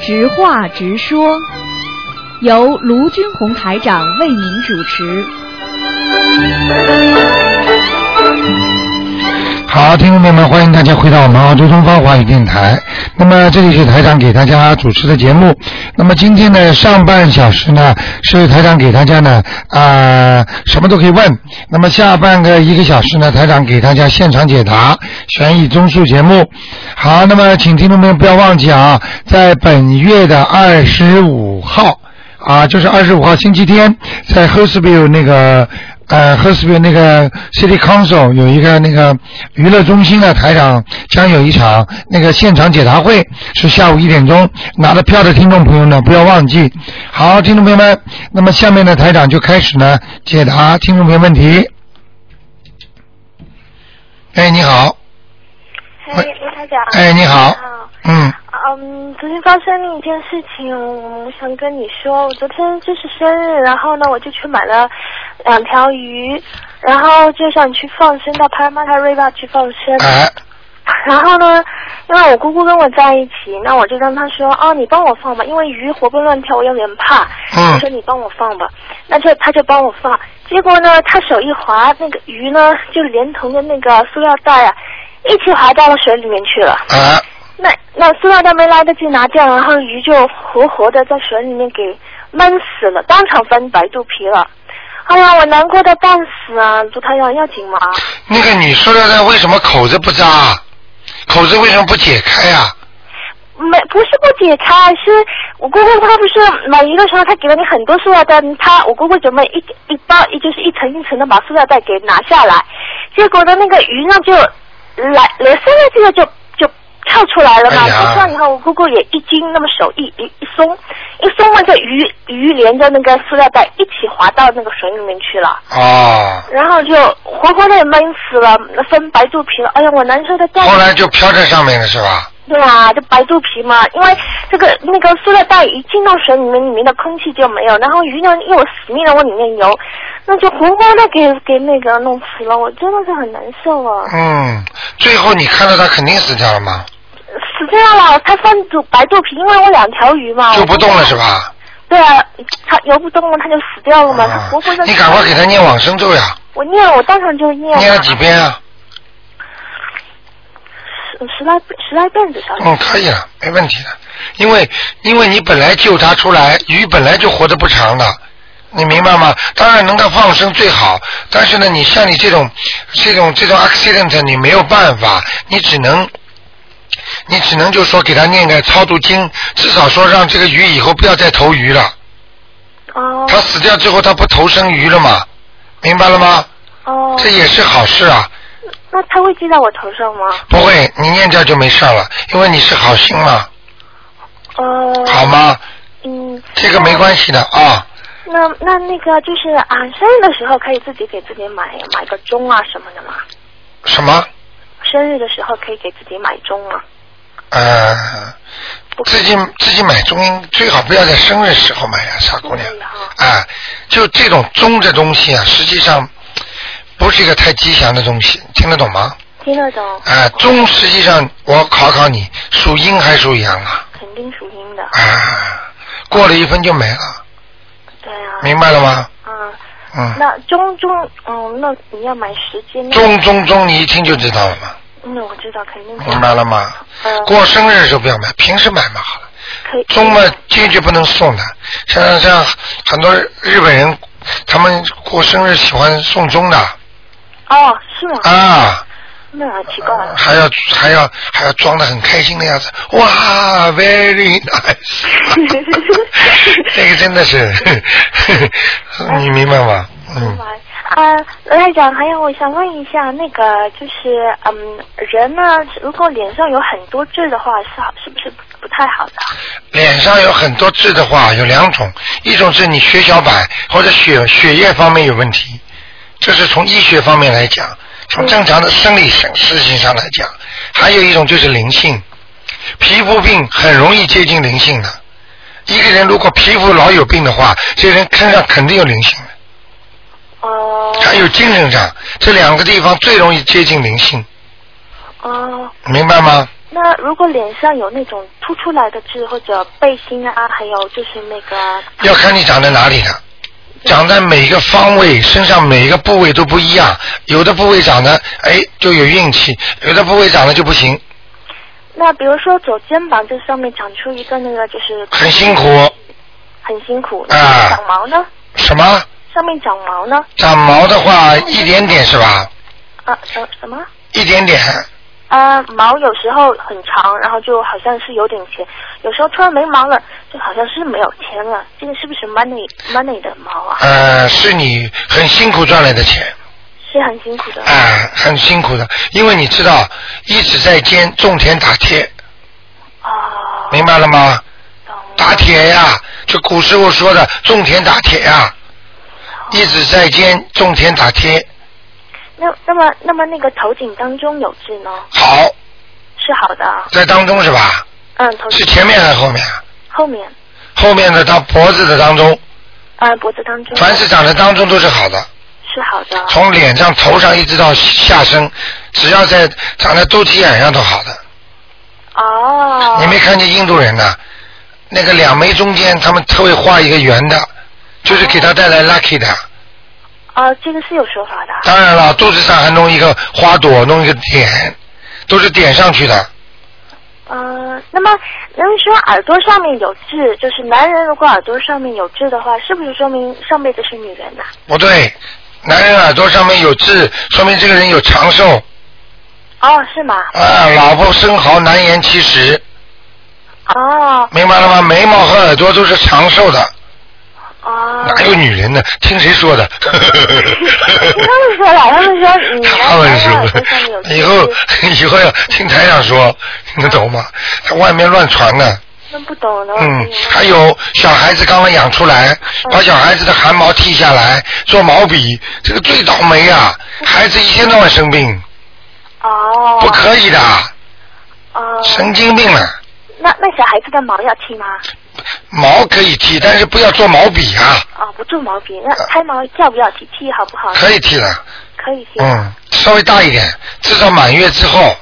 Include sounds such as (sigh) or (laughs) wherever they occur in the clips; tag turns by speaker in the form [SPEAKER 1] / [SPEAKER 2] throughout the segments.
[SPEAKER 1] 直话直说，由卢军红台长为您主持。
[SPEAKER 2] 好，听众朋友们，欢迎大家回到我们澳洲东方华语电台。那么这里是台长给大家主持的节目。那么今天呢，上半小时呢是台长给大家呢啊、什么都可以问。那么下半个一个小时呢，台长给大家现场解答悬疑综述节目。好，那么请听众朋友不要忘记啊，在本月的二十五号。啊，就是二十五号星期天，在 h e r s v i l l e 那个呃 h e r s v i l l e 那个 City Council 有一个那个娱乐中心的台长将有一场那个现场解答会，是下午一点钟。拿了票的听众朋友呢，不要忘记。好，听众朋友们，那么下面呢，台长就开始呢解答听众朋友问题。哎，你好，
[SPEAKER 3] 嘿，卢台长。
[SPEAKER 2] 哎你好
[SPEAKER 3] 啊
[SPEAKER 2] 嗯，
[SPEAKER 3] 嗯，昨天发生一件事情，我想跟你说。我昨天就是生日，然后呢，我就去买了两条鱼，然后就想去放生，到 Parramatta River 去放生。
[SPEAKER 2] 哎，
[SPEAKER 3] 然后呢，因为我姑姑跟我在一起，那我就让她说，哦，你帮我放吧，因为鱼活蹦乱跳，我有点怕。
[SPEAKER 2] 嗯
[SPEAKER 3] 我说你帮我放吧，那就她就帮我放。结果呢，她手一滑，那个鱼呢就连同着那个塑料袋啊，一起滑到了水里面去了。
[SPEAKER 2] 啊，
[SPEAKER 3] 那那塑料袋没来得及拿掉，然后鱼就活活的在水里面给闷死了，当场翻白肚皮了。哎呀，我难过的半死啊！卢太阳要紧吗？
[SPEAKER 2] 那个你说的那为什么口子不扎啊？口子为什么不解开啊呀、
[SPEAKER 3] 没不是不解开，是我姑姑她不是买鱼的时候，她给了你很多塑料袋，她我姑姑准备一一包，也就是一层一层的把塑料袋给拿下来，结果呢那个鱼呢就来来三下这个就就跳出来了嘛，
[SPEAKER 2] 哎呀
[SPEAKER 3] 跳出来以后我姑姑也一惊，那么手一一一松，一松那个鱼鱼连着那个塑料袋一起滑到那个水里面去了。
[SPEAKER 2] 哦，
[SPEAKER 3] 然后就活活的闷死了，分白肚皮了。哎呀，我难受的半死。
[SPEAKER 2] 后来就飘在上面了是吧？
[SPEAKER 3] 对啊，就白肚皮嘛，因为这个那个塑料袋一进到水里面，里面的空气就没有，然后鱼呢又死命的往里面游，那就活活的给给那个弄死了，我真的是很难受啊，
[SPEAKER 2] 嗯，最后你看到他肯定死掉了嘛，
[SPEAKER 3] 死掉了，它翻肚白肚皮，因为我两条鱼嘛，
[SPEAKER 2] 就不动了是？吧？
[SPEAKER 3] 对啊，它游不动了，它就死掉了嘛，它
[SPEAKER 2] 啊
[SPEAKER 3] 活活的。
[SPEAKER 2] 你赶快给他念往生咒呀，
[SPEAKER 3] 我念，我当场就念
[SPEAKER 2] 念了
[SPEAKER 3] 了
[SPEAKER 2] 几遍啊？
[SPEAKER 3] 十十来十来遍至少。
[SPEAKER 2] 嗯，可以了，没问题的。因为因为你本来救他出来，鱼本来就活得不长的，你明白吗？当然能够放生最好，但是呢，你像你这种这种这种 accident，你没有办法，你只能。你只能就说给他念个超度经，至少说让这个鱼以后不要再投鱼了。
[SPEAKER 3] 哦
[SPEAKER 2] 他死掉之后，他不投生鱼了嘛？明白了吗？
[SPEAKER 3] 哦，
[SPEAKER 2] 这也是好事啊！
[SPEAKER 3] 那它会记在我头上吗？
[SPEAKER 2] 不会，你念掉就没事了，因为你是好心嘛，
[SPEAKER 3] 哦，
[SPEAKER 2] 好？吗？
[SPEAKER 3] 嗯，
[SPEAKER 2] 这个没关系的啊。
[SPEAKER 3] 那那那个就是啊，生日的时候可以自己给自己买买个钟啊什么的嘛。
[SPEAKER 2] 什么？
[SPEAKER 3] 生日的时候可以给自己买钟啊。
[SPEAKER 2] 呃，
[SPEAKER 3] 不可
[SPEAKER 2] 自
[SPEAKER 3] 以
[SPEAKER 2] 己自己买中音，最好不要在生日时候买呀、傻姑娘
[SPEAKER 3] 对呀。
[SPEAKER 2] 啊，就这种钟这东西啊，实际上不是一个太吉祥的东西，听得懂吗？
[SPEAKER 3] 听得懂？
[SPEAKER 2] 啊，钟实际上我考考你，属阴还是属阳啊？
[SPEAKER 3] 肯定属阴的。
[SPEAKER 2] 啊，过了一分就没了，
[SPEAKER 3] 对啊。
[SPEAKER 2] 明白了吗？
[SPEAKER 3] 嗯，
[SPEAKER 2] 嗯，
[SPEAKER 3] 那钟钟，嗯，那你要买时间。那
[SPEAKER 2] 钟钟钟，你一听就知道了嘛，
[SPEAKER 3] 嗯，我知道，肯定。
[SPEAKER 2] 明白了吗？
[SPEAKER 3] 嗯。
[SPEAKER 2] 过生日的时候不要买，平时买嘛好了。
[SPEAKER 3] 可以。
[SPEAKER 2] 中嘛坚决不能送的，像像很多日本人，他们过生日喜欢送钟的
[SPEAKER 3] 哦，是吗？
[SPEAKER 2] 啊，
[SPEAKER 3] 那好奇怪啊了。
[SPEAKER 2] 还要还要还要装的很开心的样子，哇，very 嗯 nice，这个真的是， (laughs) 你明白吗？
[SPEAKER 3] 明 (laughs)
[SPEAKER 2] 嗯，
[SPEAKER 3] 白。啊，罗院长，还有我想问一下，那个就是，嗯，人呢，如果脸上有很多痣的话，是好是不是不不太好的？
[SPEAKER 2] 脸上有很多痣的话，有两种，一种是你血小板或者血血液方面有问题，这是从医学方面来讲，从正常的生理上事情上来讲，还有一种就是灵性，皮肤病很容易接近灵性的。一个人如果皮肤老有病的话，这人身上肯定有灵性的，
[SPEAKER 3] 哦
[SPEAKER 2] 还有精神上，这两个地方最容易接近灵性，
[SPEAKER 3] 哦，
[SPEAKER 2] 明白吗？
[SPEAKER 3] 那如果脸上有那种凸出来的痣或者背心啊，还有就是那个，
[SPEAKER 2] 要看你长在哪里了。长在每个方位，身上每个部位都不一样，有的部位长得哎就有运气，有的部位长得就不行，
[SPEAKER 3] 那比如说左肩膀这上面长出一个那个就是
[SPEAKER 2] 很辛苦。
[SPEAKER 3] 很辛苦，
[SPEAKER 2] 啊
[SPEAKER 3] 那长毛呢？
[SPEAKER 2] 什么
[SPEAKER 3] 上面长毛呢？
[SPEAKER 2] 长毛的话，一点点是吧？
[SPEAKER 3] 啊什什么？
[SPEAKER 2] 一点点，
[SPEAKER 3] 啊，毛有时候很长，然后就好像是有点钱，有时候突然没毛了，就好像是没有钱了。这个是不是 money money 的毛啊？
[SPEAKER 2] 呃，是你很辛苦赚来的钱。
[SPEAKER 3] 是很辛苦的。
[SPEAKER 2] 哎、很辛苦的，因为你知道一直在兼种田打铁，
[SPEAKER 3] 啊，
[SPEAKER 2] 明白了吗？
[SPEAKER 3] 懂了。
[SPEAKER 2] 打铁呀，就古时候说的种田打铁呀，一直在兼种田打铁，
[SPEAKER 3] 那那么那么那个头颈当中有痣呢，
[SPEAKER 2] 好，
[SPEAKER 3] 是好的啊。
[SPEAKER 2] 在当中是吧？
[SPEAKER 3] 嗯，头
[SPEAKER 2] 是
[SPEAKER 3] 颈
[SPEAKER 2] 前面还是后面啊？
[SPEAKER 3] 后面，
[SPEAKER 2] 后面的到脖子的当中，
[SPEAKER 3] 啊，脖子当中
[SPEAKER 2] 凡是长在当中都是好的，
[SPEAKER 3] 是好的啊。
[SPEAKER 2] 从脸上、头上一直到下身，只要在长在肚脐眼上都好的。
[SPEAKER 3] 哦。
[SPEAKER 2] 你没看见印度人呐？那个两眉中间，他们特会画一个圆的，就是给他带来 lucky 的。
[SPEAKER 3] 啊，这个是有说法的啊。
[SPEAKER 2] 当然了，肚子上还弄一个花朵，弄一个点，都是点上去的。
[SPEAKER 3] 嗯，那么人们说耳朵上面有痣，就是男人如果耳朵上面有痣的话，是不是说明上辈子是女人呐、
[SPEAKER 2] 不对，男人耳朵上面有痣，说明这个人有长寿
[SPEAKER 3] 哦，是吗？
[SPEAKER 2] 啊。老婆生蚝难言其实，
[SPEAKER 3] 哦
[SPEAKER 2] 明白了吗？眉毛和耳朵都是长寿的，
[SPEAKER 3] 哦。
[SPEAKER 2] 哪有女人呢？听谁说的？
[SPEAKER 3] (laughs) 他们说了，他们说你
[SPEAKER 2] 他们
[SPEAKER 3] 耳
[SPEAKER 2] 说
[SPEAKER 3] 朵上面有，痣，
[SPEAKER 2] 以后以后要听台长说，你懂吗？在外面乱传呢。
[SPEAKER 3] 那不懂了。
[SPEAKER 2] 嗯，还有小孩子刚刚养出来，把小孩子的汗毛剃下来做毛笔，这个最倒霉啊！孩子一天到晚生病，
[SPEAKER 3] 哦。
[SPEAKER 2] 不可以的，
[SPEAKER 3] 哦。
[SPEAKER 2] 神经病了。
[SPEAKER 3] 那那小孩子的毛要剃吗？
[SPEAKER 2] 毛可以剃，但是不要做毛笔啊，
[SPEAKER 3] 哦，不做毛笔，那
[SPEAKER 2] 呃
[SPEAKER 3] 胎毛要不要剃？剃好不好？
[SPEAKER 2] 可以剃的，
[SPEAKER 3] 可以剃。
[SPEAKER 2] 嗯，稍微大一点，至少满月之后，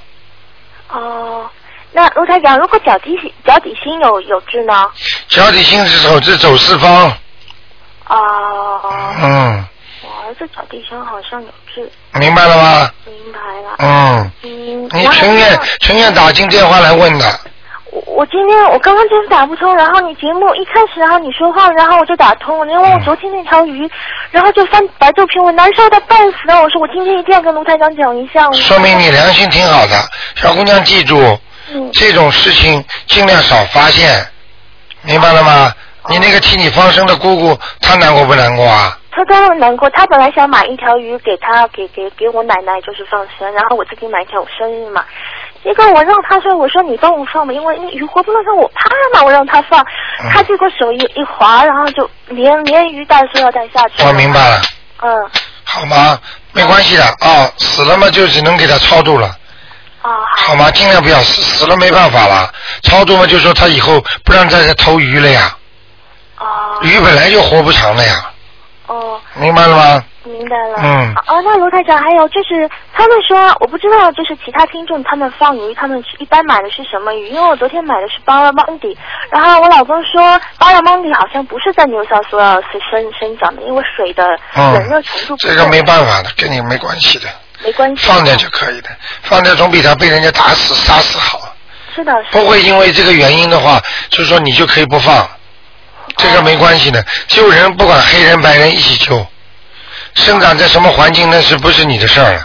[SPEAKER 3] 哦，那卢台长，如果脚底心脚底心有有痣呢？
[SPEAKER 2] 脚底心是手指走四方，
[SPEAKER 3] 哦。
[SPEAKER 2] 嗯，
[SPEAKER 3] 我儿子脚底上好像有痣，
[SPEAKER 2] 明白了吗？
[SPEAKER 3] 明白了。
[SPEAKER 2] 嗯，
[SPEAKER 3] 嗯，
[SPEAKER 2] 你
[SPEAKER 3] 然后
[SPEAKER 2] 情愿情愿打进电话来问的，
[SPEAKER 3] 我我今天我刚刚真打不通，然后你节目一开始，然后你说话，然后我就打通了，因
[SPEAKER 2] 嗯
[SPEAKER 3] 为我昨天那条鱼，然后就翻白肚皮，我难受的半死了。我说我今天一定要跟卢台长讲一下。我
[SPEAKER 2] 说明你良心挺好的，小姑娘记住，
[SPEAKER 3] 嗯
[SPEAKER 2] 这种事情尽量少发现，明白了吗？你那个替你放生的姑姑，她难过不难过啊？
[SPEAKER 3] 他当然难过，他本来想买一条鱼给他给给给我奶奶就是放生，然后我自己买一条我生日嘛。结果我让他说，我说你帮我放吧，因为那鱼活不能放，我怕嘛，我让他放，他结果手一一滑，然后就连连鱼带塑料袋下去了。
[SPEAKER 2] 我哦明白了，
[SPEAKER 3] 嗯，
[SPEAKER 2] 好吗？没关系的啊、死了嘛就只能给她超度了，
[SPEAKER 3] 啊
[SPEAKER 2] 好吗？尽量不要死，死了没办法了，超度嘛就说她以后不让再再偷鱼了呀，
[SPEAKER 3] 好啊
[SPEAKER 2] 鱼本来就活不长了呀，
[SPEAKER 3] 哦，
[SPEAKER 2] 明白了吗？
[SPEAKER 3] 明白了。
[SPEAKER 2] 嗯
[SPEAKER 3] 啊哦，那卢台长还有就是，他们说我不知道，就是其他听众他们放鱼，他们是一般买的是什么鱼？因为我昨天买的是巴拉邦迪，然后我老公说巴拉邦迪好像不是在牛小所是生生长的，因为水的
[SPEAKER 2] 嗯
[SPEAKER 3] 冷热程度不
[SPEAKER 2] 这
[SPEAKER 3] 够
[SPEAKER 2] 个没办法的，跟你没关系的，
[SPEAKER 3] 没关系，
[SPEAKER 2] 放掉就可以的，放掉总比他被人家打死杀死好。
[SPEAKER 3] 是的，是的
[SPEAKER 2] 不会因为这个原因的话，就说你就可以不放，这个没关系的。救人不管黑人白人一起救，生长在什么环境那是不是你的事儿了？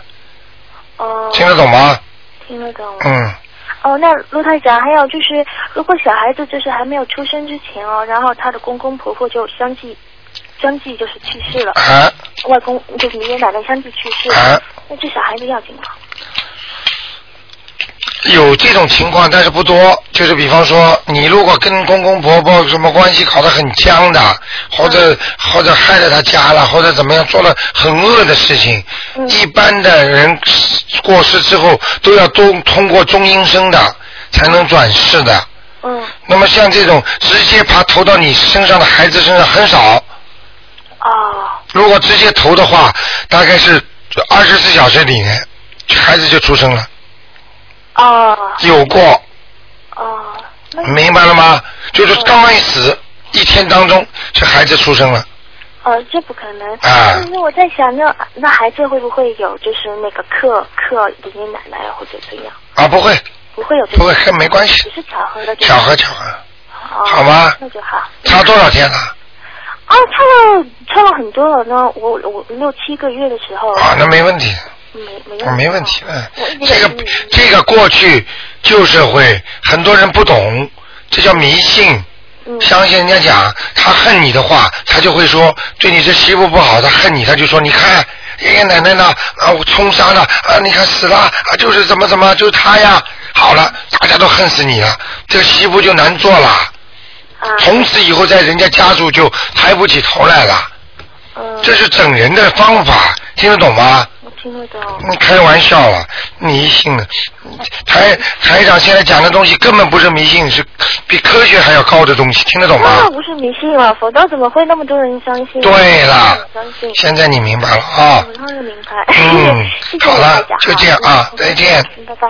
[SPEAKER 3] 哦，
[SPEAKER 2] 听得懂吗？
[SPEAKER 3] 听得懂。
[SPEAKER 2] 嗯，
[SPEAKER 3] 哦，那卢台长，还有就是，如果小孩子就是还没有出生之前哦，然后他的公公婆婆就相继相继就是去世
[SPEAKER 2] (laughs)
[SPEAKER 3] 了，
[SPEAKER 2] 啊
[SPEAKER 3] 外公就是爷爷奶奶相继去世了。
[SPEAKER 2] 啊，
[SPEAKER 3] 那这小孩子要紧吗？
[SPEAKER 2] 有这种情况，但是不多。就是比方说，你如果跟公公婆婆什么关系搞得很僵的，或者或者害了他家了，或者怎么样做了很恶的事情，
[SPEAKER 3] 嗯
[SPEAKER 2] 一般的人过世之后都要都通过中阴身的才能转世的。
[SPEAKER 3] 嗯，
[SPEAKER 2] 那么像这种直接把投到你身上的孩子身上很少，
[SPEAKER 3] 哦，
[SPEAKER 2] 如果直接投的话，大概是二十四小时里面孩子就出生了。
[SPEAKER 3] 哦
[SPEAKER 2] 有过，
[SPEAKER 3] 哦，那
[SPEAKER 2] 明白了吗？就是刚一死，一天当中这孩子出生了，
[SPEAKER 3] 呃，这不可能。
[SPEAKER 2] 啊
[SPEAKER 3] 因为我在想，那那孩子会不会有就是那个克克爷爷奶奶或者这样？
[SPEAKER 2] 啊，不会，
[SPEAKER 3] 不会有这
[SPEAKER 2] 不
[SPEAKER 3] 种
[SPEAKER 2] 会，，跟没关系
[SPEAKER 3] 只，是巧合的。
[SPEAKER 2] 巧合。巧合。
[SPEAKER 3] 哦、
[SPEAKER 2] 好吧
[SPEAKER 3] 那就好。
[SPEAKER 2] 差多少天了？
[SPEAKER 3] 啊，差了差了很多了呢。我我六七个月的时候，
[SPEAKER 2] 啊，那没问题，
[SPEAKER 3] 没没
[SPEAKER 2] 啊没问题。嗯
[SPEAKER 3] 哦我一，直
[SPEAKER 2] 这
[SPEAKER 3] 以
[SPEAKER 2] 个
[SPEAKER 3] 为是
[SPEAKER 2] 这个过去旧社会很多人不懂，这叫迷信。
[SPEAKER 3] 嗯，
[SPEAKER 2] 相信人家讲，他恨你的话，他就会说对你这媳妇不好，他恨你，他就说你看爷爷奶奶呢啊，我冲杀了啊，你看死了啊，就是怎么怎么，就是他呀。好了，大家都恨死你了，这个媳妇就难做了。
[SPEAKER 3] 啊，
[SPEAKER 2] 从此以后，在人家家族就抬不起头来了，
[SPEAKER 3] 嗯，
[SPEAKER 2] 这是整人的方法，听得懂吗？
[SPEAKER 3] 我听得懂。
[SPEAKER 2] 你开玩笑了，迷信了。台台长现在讲的东西根本不是迷信，是比科学还要高的东西，听得懂吗？
[SPEAKER 3] 那啊
[SPEAKER 4] 嗯
[SPEAKER 3] 不是迷信了，否则怎么会那么多人相信？
[SPEAKER 2] 对了
[SPEAKER 3] 相信。
[SPEAKER 2] 现在你明白了啊
[SPEAKER 3] 我？当然明白。
[SPEAKER 2] 嗯
[SPEAKER 3] (laughs) 谢谢
[SPEAKER 2] 好了
[SPEAKER 3] 大家
[SPEAKER 2] 就这样啊
[SPEAKER 3] 嗯
[SPEAKER 2] 再见
[SPEAKER 3] 嗯拜拜。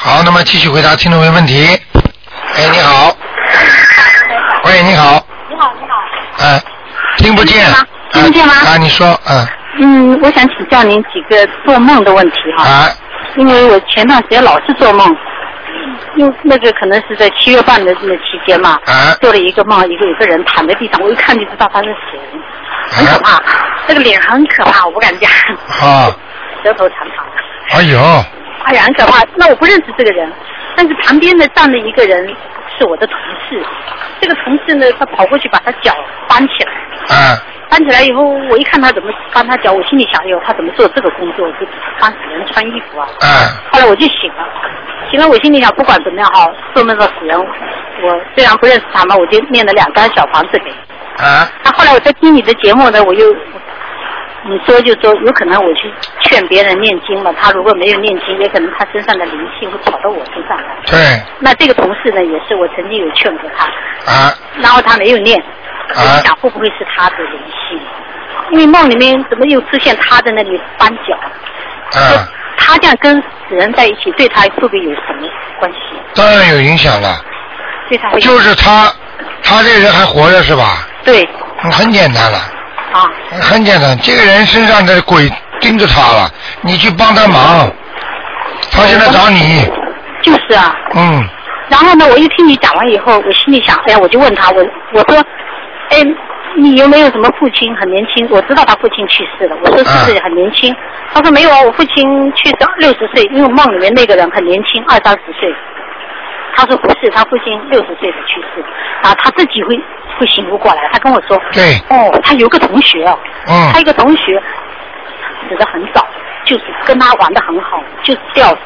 [SPEAKER 2] 好，那么继续回答听众朋友问题。哎，你好。喂，你好。
[SPEAKER 4] 嗯你好，你好。
[SPEAKER 2] 嗯、听不见。
[SPEAKER 4] 听不见吗
[SPEAKER 2] 啊啊，你说，嗯、
[SPEAKER 4] 嗯，我想请教您几个做梦的问题
[SPEAKER 2] 啊，
[SPEAKER 4] 哈，因为我前段时间老是做梦，因为那个可能是在七月半的那期间嘛，
[SPEAKER 2] 啊
[SPEAKER 4] 做了一个梦，一个有个人躺在地上，我一看就知道他是谁，很可怕，那个脸很可怕，我不敢讲， (laughs)
[SPEAKER 2] 啊，
[SPEAKER 4] 舌头长长的，
[SPEAKER 2] 哎呦，
[SPEAKER 4] 哎呀，很可怕。那我不认识这个人，但是旁边的站着一个人是我的同事，这个同事呢，他跑过去把他脚搬起来。
[SPEAKER 2] 啊
[SPEAKER 4] 搬起来以后，我一看他怎么帮他脚，我心里想，哎呦，他怎么做这个工作，就帮死人穿衣服啊？
[SPEAKER 2] 啊
[SPEAKER 4] 后来我就醒了，醒了，我心里想，不管怎么样哈，做梦到死人，我虽然不认识他嘛，我就念了两张小房子给。
[SPEAKER 2] 啊
[SPEAKER 4] 那后来我在听你的节目呢，我又你说就说，有可能我去劝别人念经嘛，他如果没有念经，也可能他身上的灵性会跑到我身上来。
[SPEAKER 2] 对
[SPEAKER 4] 那这个同事呢，也是我曾经有劝过他，
[SPEAKER 2] 啊
[SPEAKER 4] 然后他没有念，我
[SPEAKER 2] 啊
[SPEAKER 4] 就想会不会是他的灵性？因为梦里面怎么又出现他在那里翻脚？
[SPEAKER 2] 啊，
[SPEAKER 4] 他这样跟死人在一起，对他会不会有什么关系？
[SPEAKER 2] 当然有影响了。
[SPEAKER 4] 对他会
[SPEAKER 2] 就是他，他这个人还活着是吧？
[SPEAKER 4] 对
[SPEAKER 2] 嗯很简单了。
[SPEAKER 4] 啊，
[SPEAKER 2] 很简单，这个人身上的鬼盯着他了，你去帮他忙，他现在找
[SPEAKER 4] 哎
[SPEAKER 2] 你，
[SPEAKER 4] 就是啊。
[SPEAKER 2] 嗯，
[SPEAKER 4] 然后呢，我一听你讲完以后，我心里想，哎呀，我就问他，我我说，哎，你有没有什么父亲很年轻？我知道他父亲去世了，我说是不是很年轻？他说没有啊，我父亲去世六十岁，因为梦里面那个人很年轻，二三十岁。他说不是，他父亲六十岁的去世，啊，他自己会会醒悟过来。他跟我说，
[SPEAKER 2] 对，
[SPEAKER 4] 哦，他有个同学哦，
[SPEAKER 2] 嗯
[SPEAKER 4] 他，一个同学死的很早，就是跟他玩的很好，就是吊死。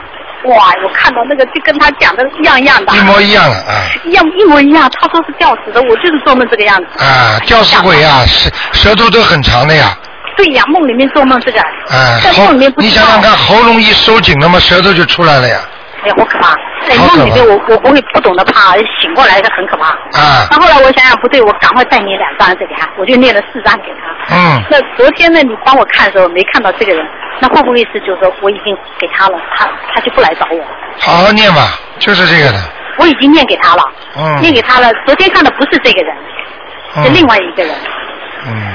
[SPEAKER 4] 哇，我看到那个就跟他讲的一样一样的
[SPEAKER 2] 一，模一样了啊
[SPEAKER 4] 一样一模一样。他说是吊死的，我就是做梦这个样子。
[SPEAKER 2] 啊，吊死鬼
[SPEAKER 4] 哎
[SPEAKER 2] 呀、舌舌头都很长的呀，
[SPEAKER 4] 对呀，梦里面做梦这个，
[SPEAKER 2] 啊，
[SPEAKER 4] 在
[SPEAKER 2] 喉
[SPEAKER 4] 梦里面不
[SPEAKER 2] 你
[SPEAKER 4] 知
[SPEAKER 2] 想
[SPEAKER 4] 道
[SPEAKER 2] 想。看，喉咙一收紧了嘛，舌头就出来了呀，
[SPEAKER 4] 哎呀，好可怕！在
[SPEAKER 2] 好可怕
[SPEAKER 4] 梦里面我我不会不懂得怕，醒过来是很可怕。
[SPEAKER 2] 啊，
[SPEAKER 4] 然后来我想想不对，我赶快再念两张这给他，我就念了四张给他。
[SPEAKER 2] 嗯，
[SPEAKER 4] 那昨天呢，你帮我看的时候没看到这个人，那会不会是就是说我已经给他了，他他就不来找我了？
[SPEAKER 2] 好好念吧，就是这个的，
[SPEAKER 4] 我已经念给他了，
[SPEAKER 2] 嗯
[SPEAKER 4] 念给他了。昨天看的不是这个人，是另
[SPEAKER 2] 嗯，
[SPEAKER 4] 外一个人。
[SPEAKER 2] 嗯，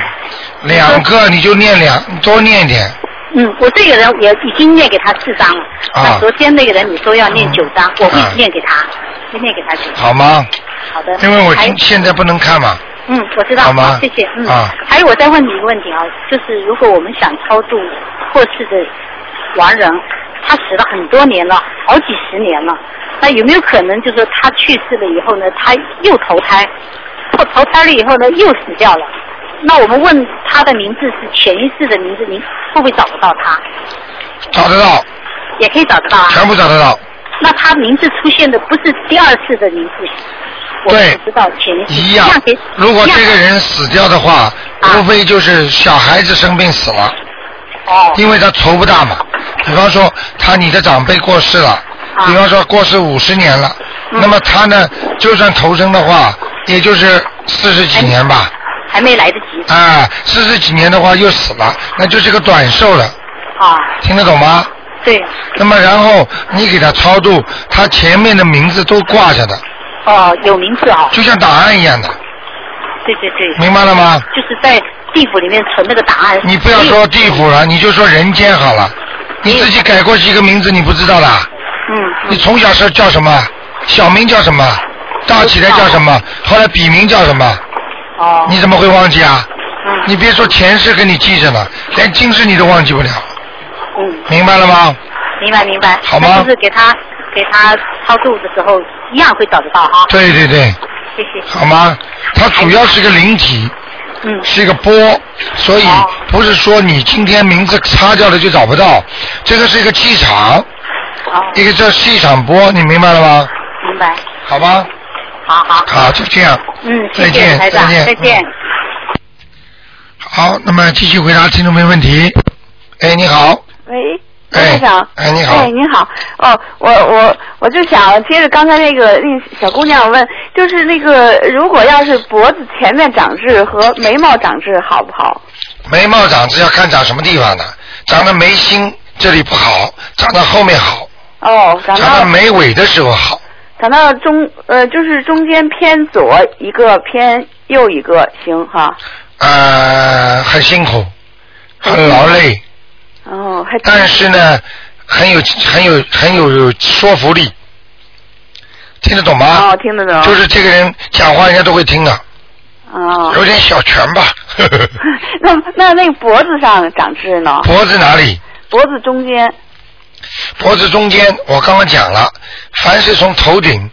[SPEAKER 2] 两个你就念两，多念一点，
[SPEAKER 4] 嗯，我这个人也已经念给他四张了。
[SPEAKER 2] 啊
[SPEAKER 4] 那昨天那个人你说要念九张，
[SPEAKER 2] 嗯
[SPEAKER 4] 我会
[SPEAKER 2] 嗯
[SPEAKER 4] 念给他，会念给他九张。
[SPEAKER 2] 好吗？
[SPEAKER 4] 好的。
[SPEAKER 2] 因为我
[SPEAKER 4] 还
[SPEAKER 2] 今现在不能看嘛，
[SPEAKER 4] 嗯，我知道，
[SPEAKER 2] 好吗
[SPEAKER 4] 谢谢。嗯，
[SPEAKER 2] 啊
[SPEAKER 4] 还有我再问你一个问题啊，就是如果我们想超度过世的亡人，他死了很多年了，好几十年了，那有没有可能就是说他去世了以后呢，他又投胎，投投胎了以后呢又死掉了？那我们问他的名字是前一世的名字，您会不会找得到他？
[SPEAKER 2] 找得到，
[SPEAKER 4] 也可以找得到啊。
[SPEAKER 2] 全部找得到，
[SPEAKER 4] 那他名字出现的不是第二世的名字，我
[SPEAKER 2] 对
[SPEAKER 4] 不知道前一世
[SPEAKER 2] 一样
[SPEAKER 4] 给。
[SPEAKER 2] 如果
[SPEAKER 4] 一样
[SPEAKER 2] 这个人死掉的话，
[SPEAKER 4] 啊
[SPEAKER 2] 无非就是小孩子生病死了，
[SPEAKER 4] 哦
[SPEAKER 2] 因为他仇不大嘛。比方说他你的长辈过世了，
[SPEAKER 4] 啊
[SPEAKER 2] 比方说过世五十年了，
[SPEAKER 4] 嗯
[SPEAKER 2] 那么他呢，就算投生的话，也就是四十几年吧，
[SPEAKER 4] 还没来得及
[SPEAKER 2] 啊，四十几年的话又死了，那就是个短寿了，
[SPEAKER 4] 啊。
[SPEAKER 2] 听得懂吗？
[SPEAKER 4] 对，
[SPEAKER 2] 那么然后你给他超度，他前面的名字都挂着的，
[SPEAKER 4] 哦，有名字啊、
[SPEAKER 2] 就像档案一样的，
[SPEAKER 4] 对对对，
[SPEAKER 2] 明白了吗？
[SPEAKER 4] 就是在地府里面存那个档案。
[SPEAKER 2] 你不要说地府了，你就说人间好了。你自己改过一个名字，你不知道啦？
[SPEAKER 4] 嗯，嗯，
[SPEAKER 2] 你从小是叫什么？小名叫什么？大起来叫什么？后来笔名叫什么？
[SPEAKER 4] 哦，
[SPEAKER 2] 你怎么会忘记啊？
[SPEAKER 4] 嗯
[SPEAKER 2] 你别说前世跟你记着了，连今世你都忘记不了，
[SPEAKER 4] 嗯，
[SPEAKER 2] 明白了吗？
[SPEAKER 4] 明白明白。
[SPEAKER 2] 好吗
[SPEAKER 4] 那就是给他给他超度的时候，一样会找得到哈。
[SPEAKER 2] 对对对，
[SPEAKER 4] 谢谢。
[SPEAKER 2] 好吗？它主要是一个灵体，
[SPEAKER 4] 嗯，
[SPEAKER 2] 是一个波，所以
[SPEAKER 4] 哦
[SPEAKER 2] 不是说你今天名字擦掉了就找不到，这个是一个气场，
[SPEAKER 4] 哦，
[SPEAKER 2] 一个叫气场波，你明白了吗？
[SPEAKER 4] 明白。
[SPEAKER 2] 好吧，
[SPEAKER 4] 好好，
[SPEAKER 2] 好，就这样。
[SPEAKER 4] 嗯，谢
[SPEAKER 2] 再见
[SPEAKER 4] 谢台长，
[SPEAKER 2] 再见嗯
[SPEAKER 4] 再见。
[SPEAKER 2] 好，那么继续回答听众朋友问题。哎，你好，
[SPEAKER 5] 喂，
[SPEAKER 2] 哎
[SPEAKER 5] 台长。
[SPEAKER 2] 哎你好
[SPEAKER 5] 哎，您好。哦，我我我就想接着刚才那个那小姑娘问，就是那个如果要是脖子前面长痣和眉毛长痣好不好？
[SPEAKER 2] 眉毛长痣要看长什么地方的，长到眉心这里不好，长到后面好，
[SPEAKER 5] 哦，长
[SPEAKER 2] 长
[SPEAKER 5] 到
[SPEAKER 2] 到眉尾的时候好，
[SPEAKER 5] 长到中呃，就是中间偏左一个偏右一个行哈。
[SPEAKER 2] 呃，很辛苦，很劳累，
[SPEAKER 5] 哦，还
[SPEAKER 2] 但是呢，很有很有很有说服力，听得懂吗？
[SPEAKER 5] 哦，听得懂。
[SPEAKER 2] 就是这个人讲话人家都会听的，
[SPEAKER 5] 哦，
[SPEAKER 2] 有点小拳
[SPEAKER 5] (laughs)
[SPEAKER 2] 吧，呵呵呵
[SPEAKER 5] 那那那个脖子上长痣呢？
[SPEAKER 2] 脖子哪里？
[SPEAKER 5] 脖子中间。
[SPEAKER 2] 脖子中间，我刚刚讲了，凡是从头顶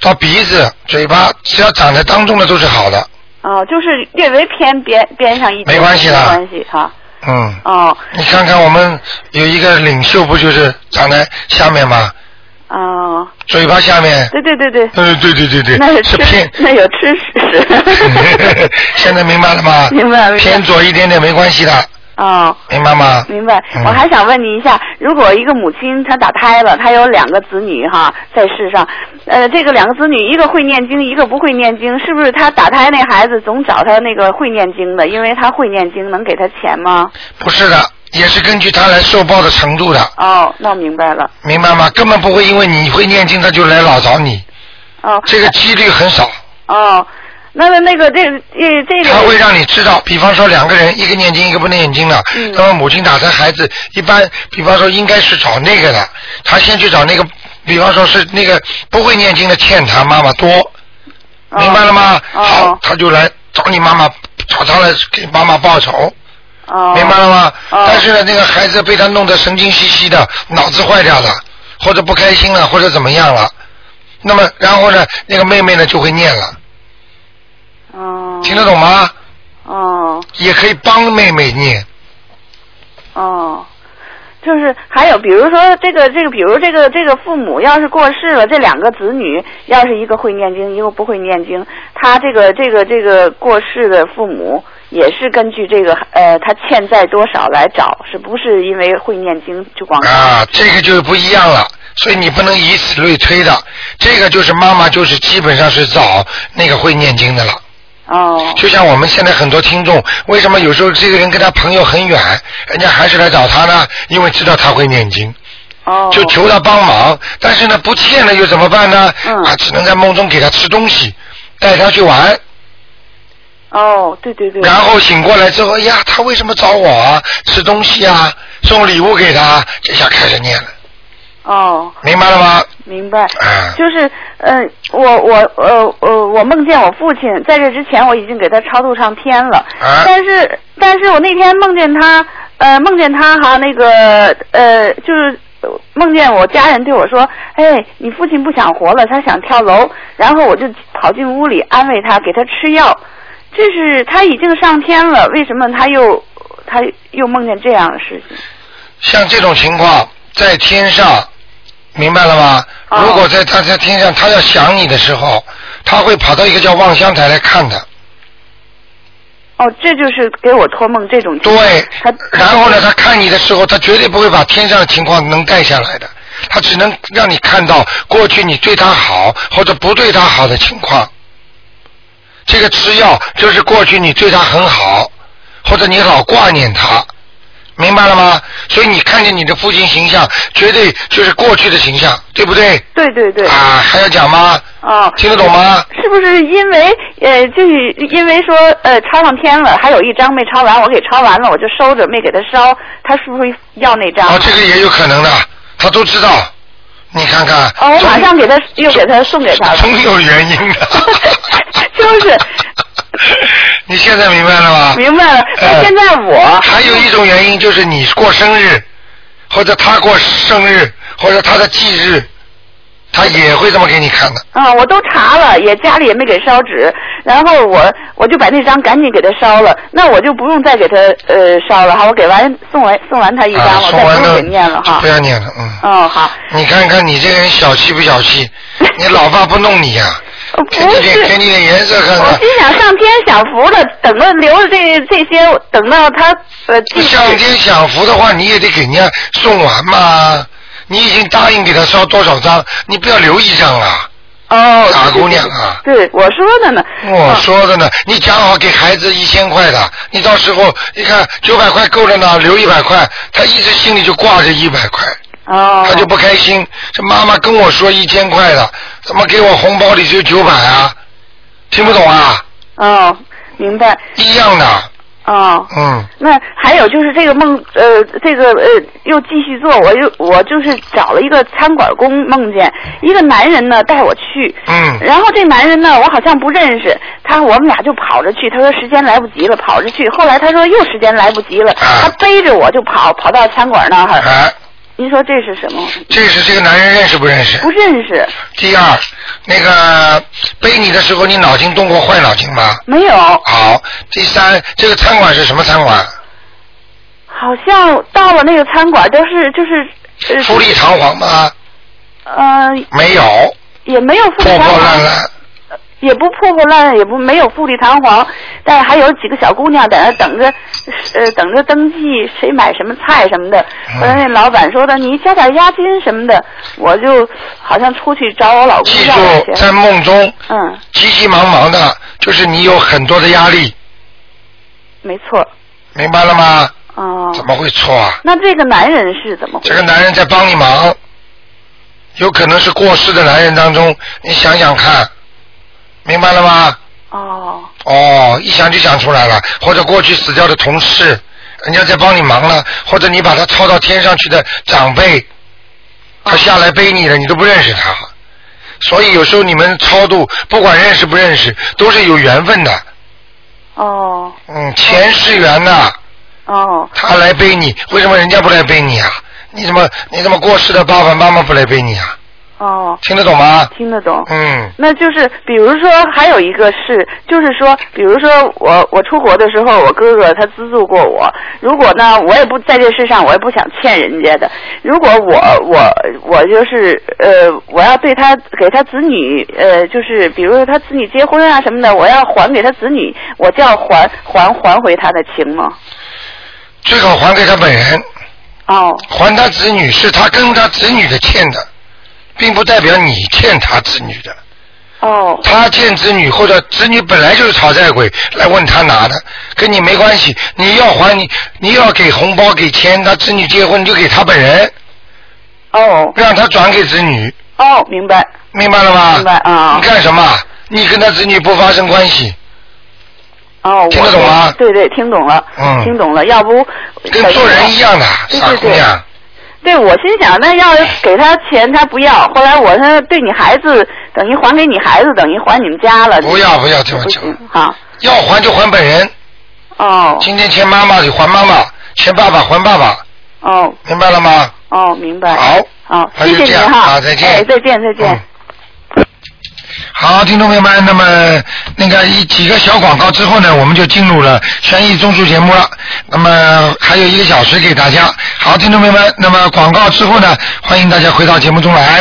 [SPEAKER 2] 到鼻子、嘴巴，只要长在当中的都是好的。
[SPEAKER 5] 哦，就是略微偏边边上一点，
[SPEAKER 2] 没关系的
[SPEAKER 5] 没关系哈。
[SPEAKER 2] 嗯，
[SPEAKER 5] 哦，
[SPEAKER 2] 你看看我们有一个领袖，不就是长在下面吗？
[SPEAKER 5] 哦，
[SPEAKER 2] 嘴巴下面。
[SPEAKER 5] 对对对对，
[SPEAKER 2] 嗯，对对对对
[SPEAKER 5] 那是，
[SPEAKER 2] 是
[SPEAKER 5] 吃
[SPEAKER 2] 偏。
[SPEAKER 5] 那有吃
[SPEAKER 2] (laughs)
[SPEAKER 5] 屎。
[SPEAKER 2] 现在明白了吗？
[SPEAKER 5] 明白明白
[SPEAKER 2] 偏左一点点没关系的，
[SPEAKER 5] 哦，
[SPEAKER 2] 明白吗？
[SPEAKER 5] 明白
[SPEAKER 2] 嗯。
[SPEAKER 5] 我还想问你一下，如果一个母亲她打胎了，她有两个子女哈在世上，呃，这个两个子女一个会念经，一个不会念经，是不是她打胎那孩子总找她那个会念经的，因为她会念经，能给她钱吗？
[SPEAKER 2] 不是的，也是根据他来受报的程度的，
[SPEAKER 5] 哦，那我明白了。
[SPEAKER 2] 明白吗？根本不会因为你会念经，他就来老找你，
[SPEAKER 5] 哦，
[SPEAKER 2] 这个几率很少。
[SPEAKER 5] 哦，那个那个这这这
[SPEAKER 2] 他会
[SPEAKER 5] 个
[SPEAKER 2] 让你知道，比方说两个人，一个念经，一个不念经了。
[SPEAKER 5] 嗯
[SPEAKER 2] 那么母亲打胎，孩子一般，比方说应该是找那个的，他先去找那个，比方说是那个不会念经的欠他妈妈多，
[SPEAKER 5] 哦
[SPEAKER 2] 明白了吗？
[SPEAKER 5] 哦
[SPEAKER 2] 好，他就来找你妈妈，找他来给妈妈报仇，
[SPEAKER 5] 哦，
[SPEAKER 2] 明白了吗？
[SPEAKER 5] 哦
[SPEAKER 2] 但是呢，那个孩子被他弄得神经兮兮的，脑子坏掉了，或者不开心了，或者怎么样了。那么，然后呢，那个妹妹呢就会念了，
[SPEAKER 5] 哦，
[SPEAKER 2] 听得懂吗？
[SPEAKER 5] 哦
[SPEAKER 2] 也可以帮妹妹念。
[SPEAKER 5] 哦，就是还有，比如说这个这个，比如这个这个父母要是过世了，这两个子女要是一个会念经，一个不会念经，他这个这个这个过世的父母也是根据这个呃他欠债多少来找，是不是因为会念经就光？
[SPEAKER 2] 啊，这个就不一样了，所以你不能以此类推的。这个就是妈妈，就是基本上是找那个会念经的了。
[SPEAKER 5] 哦
[SPEAKER 2] 就像我们现在很多听众，为什么有时候这个人跟他朋友很远，人家还是来找他呢？因为知道他会念经，
[SPEAKER 5] 哦，
[SPEAKER 2] 就求他帮忙。但是呢，不欠了又怎么办呢？
[SPEAKER 5] 嗯
[SPEAKER 2] 啊，只能在梦中给他吃东西，带他去玩。
[SPEAKER 5] 哦，对对对，
[SPEAKER 2] 然后醒过来之后，哎呀，他为什么找我啊？吃东西啊，送礼物给他，这下开始念了，
[SPEAKER 5] 哦，
[SPEAKER 2] 明白了吗？
[SPEAKER 5] 明白。
[SPEAKER 2] 啊，
[SPEAKER 5] 就是，嗯、我我呃呃，我梦见我父亲，在这之前我已经给他超度上天了，
[SPEAKER 2] 啊
[SPEAKER 5] 但是但是我那天梦见他，呃，梦见他哈那个呃，就是呃梦见我家人对我说，哎，你父亲不想活了，他想跳楼，然后我就跑进屋里安慰他，给他吃药，这是他已经上天了，为什么他又他又梦见这样的事情？
[SPEAKER 2] 像这种情况在天上，明白了吗？
[SPEAKER 5] 哦
[SPEAKER 2] 如果在他在天上，他要想你的时候，他会跑到一个叫望乡台来看的。
[SPEAKER 5] 哦，这就是给我托梦这种情况
[SPEAKER 2] 对
[SPEAKER 5] 他，
[SPEAKER 2] 然后呢，他看你的时候，他绝对不会把天上的情况能带下来的，他只能让你看到过去你对他好或者不对他好的情况。这个吃药就是过去你对他很好，或者你老挂念他，明白了吗？所以你看见你的父亲形象，绝对就是过去的形象，对不对？
[SPEAKER 5] 对对哦对，
[SPEAKER 2] 啊，还要讲吗？
[SPEAKER 5] 哦，
[SPEAKER 2] 听得懂吗？
[SPEAKER 5] 是不是因为呃，就是因为说呃抄上天了，还有一张没抄完，我给抄完了，我就收着没给他烧，他是不是要那张？
[SPEAKER 2] 啊，这个也有可能的，他都知道。你看看，
[SPEAKER 5] 哦，我
[SPEAKER 2] 总
[SPEAKER 5] 马上给他又给他送给他了，
[SPEAKER 2] 总有原因的。
[SPEAKER 5] (laughs) 就是
[SPEAKER 2] (laughs) 你现在明白了吗？
[SPEAKER 5] 明白了。
[SPEAKER 2] 呃
[SPEAKER 5] 那现在我
[SPEAKER 2] 还有一种原因就是你过生日，或者他过生日，或者他的忌日，他也会这么给你看的。
[SPEAKER 5] 啊，我都查了，也家里也没给烧纸，然后我我就把那张赶紧给他烧了，那我就不用再给他呃烧了哈，我给完送完送完他一张，
[SPEAKER 2] 啊，
[SPEAKER 5] 我
[SPEAKER 2] 送
[SPEAKER 5] 再
[SPEAKER 2] 完
[SPEAKER 5] 不
[SPEAKER 2] 了
[SPEAKER 5] 用给念了哈
[SPEAKER 2] 不。要念了，嗯。
[SPEAKER 5] 哦，好，
[SPEAKER 2] 你看看你这个人小气不小
[SPEAKER 5] (laughs)
[SPEAKER 2] 气？你老爸不弄你呀、
[SPEAKER 5] 呃不
[SPEAKER 2] 给你点给
[SPEAKER 5] 是。
[SPEAKER 2] 你点颜色看
[SPEAKER 5] 我
[SPEAKER 2] 看
[SPEAKER 5] 心。
[SPEAKER 2] (laughs)
[SPEAKER 5] 想上天享福了，等着留着这这些，等到他呃进
[SPEAKER 2] 上天享福的话，你也得给人家送完嘛。你已经答应给他烧多少张，你不要留一张啊，
[SPEAKER 5] 哦，
[SPEAKER 2] 傻姑娘啊！
[SPEAKER 5] 对，我说的呢。
[SPEAKER 2] 我说的呢，你讲好给孩子一千块的，你到时候一看九百块够了呢，留一百块，他一直心里就挂着一百块，
[SPEAKER 5] 哦，
[SPEAKER 2] 他就不开心。这妈妈跟我说一千块的，怎么给我红包里只有九百啊？听不懂啊？
[SPEAKER 5] 哦，明白
[SPEAKER 2] 一样的，
[SPEAKER 5] 哦。
[SPEAKER 2] 嗯，
[SPEAKER 5] 那还有就是这个梦，呃，这个呃，又继续做，我又我就是找了一个餐馆工，梦见一个男人呢带我去，
[SPEAKER 2] 嗯
[SPEAKER 5] 然后这男人呢我好像不认识，他我们俩就跑着去，他说时间来不及了，跑着去，后来他说又时间来不及了，
[SPEAKER 2] 啊
[SPEAKER 5] 他背着我就跑，跑到餐馆那儿，
[SPEAKER 2] 哎，
[SPEAKER 5] 您说这
[SPEAKER 2] (laughs)
[SPEAKER 5] 是什么？
[SPEAKER 2] 这是这个男人认识不认识？
[SPEAKER 5] 不认识，
[SPEAKER 2] 第二，那个背你的时候，你脑筋动过坏脑筋吗？
[SPEAKER 5] 没有，
[SPEAKER 2] 好。第三，这个餐馆是什么餐馆？
[SPEAKER 5] 好像到了那个餐馆都是就是，
[SPEAKER 2] 富丽堂皇吗？
[SPEAKER 5] 呃，
[SPEAKER 2] 没有，
[SPEAKER 5] 也没 (laughs) 有富
[SPEAKER 2] 破
[SPEAKER 5] 丽堂
[SPEAKER 2] 破
[SPEAKER 5] 皇
[SPEAKER 2] 烂烂。
[SPEAKER 5] 也不破破烂烂，也不没有富丽堂皇，但是还有几个小姑娘在那等着，呃，等着登记谁买什么菜什么的。
[SPEAKER 2] 嗯
[SPEAKER 5] 后来那老板说的，你加点押金什么的，我就好像出去找我老公
[SPEAKER 2] 记
[SPEAKER 5] 要
[SPEAKER 2] 住，在
[SPEAKER 5] 钱。
[SPEAKER 2] 梦中
[SPEAKER 5] 嗯，
[SPEAKER 2] 急急忙忙的，就是你有很多的压力，
[SPEAKER 5] 没错。
[SPEAKER 2] 明白了吗？
[SPEAKER 5] 哦，
[SPEAKER 2] 怎么会错啊？
[SPEAKER 5] 那这个男人是怎么回
[SPEAKER 2] 这
[SPEAKER 5] 事？
[SPEAKER 2] 个男人在帮你忙，有可能是过世的男人当中，你想想看，明白了吗？
[SPEAKER 5] 哦，
[SPEAKER 2] 哦，一想就想出来了，或者过去死掉的同事，人家在帮你忙了，或者你把他抄到天上去的长辈，他下来背你了，你都不认识他。所以有时候你们超度，不管认识不认识，都是有缘分的。
[SPEAKER 5] 哦，
[SPEAKER 2] 嗯，前世缘呐、
[SPEAKER 5] 哦，
[SPEAKER 2] 他来背你，为什么人家不来背你啊？你怎么你怎么过世的爸爸妈妈不来背你啊？
[SPEAKER 5] 哦，
[SPEAKER 2] 听得懂吗？
[SPEAKER 5] 听得懂。
[SPEAKER 2] 嗯，
[SPEAKER 5] 那就是，比如说还有一个是，就是说，比如说我我出国的时候，我哥哥他资助过我。如果呢，我也不在这世上，我也不想欠人家的。如果我我我就是呃，我要对他给他子女呃，就是比如说他子女结婚啊什么的，我要还给他子女，我就要还还还回他的情吗？
[SPEAKER 2] 最好还给他本人。
[SPEAKER 5] 哦
[SPEAKER 2] 还他子女是他跟他子女的欠的，并不代表你欠他子女的。
[SPEAKER 5] 哦
[SPEAKER 2] 他欠子女或者子女本来就是讨债鬼，来问他拿的，跟你没关系。你要还你，你要给红包给钱，他子女结婚你就给他本人，
[SPEAKER 5] 哦
[SPEAKER 2] 让他转给子女，
[SPEAKER 5] 哦，明白
[SPEAKER 2] 明白了吗？
[SPEAKER 5] 明白啊
[SPEAKER 2] 你干什么？你跟他子女不发生关系，
[SPEAKER 5] 哦，我
[SPEAKER 2] 听得懂吗
[SPEAKER 5] 对对，听懂了，
[SPEAKER 2] 嗯
[SPEAKER 5] 听懂了。要不
[SPEAKER 2] 跟做人一样的，
[SPEAKER 5] 对
[SPEAKER 2] 傻
[SPEAKER 5] 对啊
[SPEAKER 2] 姑
[SPEAKER 5] 对
[SPEAKER 2] 娘。
[SPEAKER 5] 对，我心想，那要是给他钱，他不要。后来我说，对你孩子，等于还给你孩子，等于还你们家了。
[SPEAKER 2] 不要不要这么
[SPEAKER 5] 不
[SPEAKER 2] 讲，
[SPEAKER 5] 行，好，
[SPEAKER 2] 要还就还本人。
[SPEAKER 5] 哦，
[SPEAKER 2] 今天欠妈妈就还妈妈，欠爸爸还爸爸，
[SPEAKER 5] 哦，
[SPEAKER 2] 明白了吗？
[SPEAKER 5] 哦，明白。
[SPEAKER 2] 好，
[SPEAKER 5] 好，
[SPEAKER 2] 那
[SPEAKER 5] 谢
[SPEAKER 2] 就
[SPEAKER 5] 谢
[SPEAKER 2] 这
[SPEAKER 5] 您
[SPEAKER 2] 样
[SPEAKER 5] 哈，
[SPEAKER 2] 好再见
[SPEAKER 5] 哎，再见，再见。
[SPEAKER 2] 嗯好，听众朋友们，那么那个一几个小广告之后呢，我们就进入了悬疑综述节目了。那么还有一个小时给大家。好，听众朋友们，那么广告之后呢，欢迎大家回到节目中来。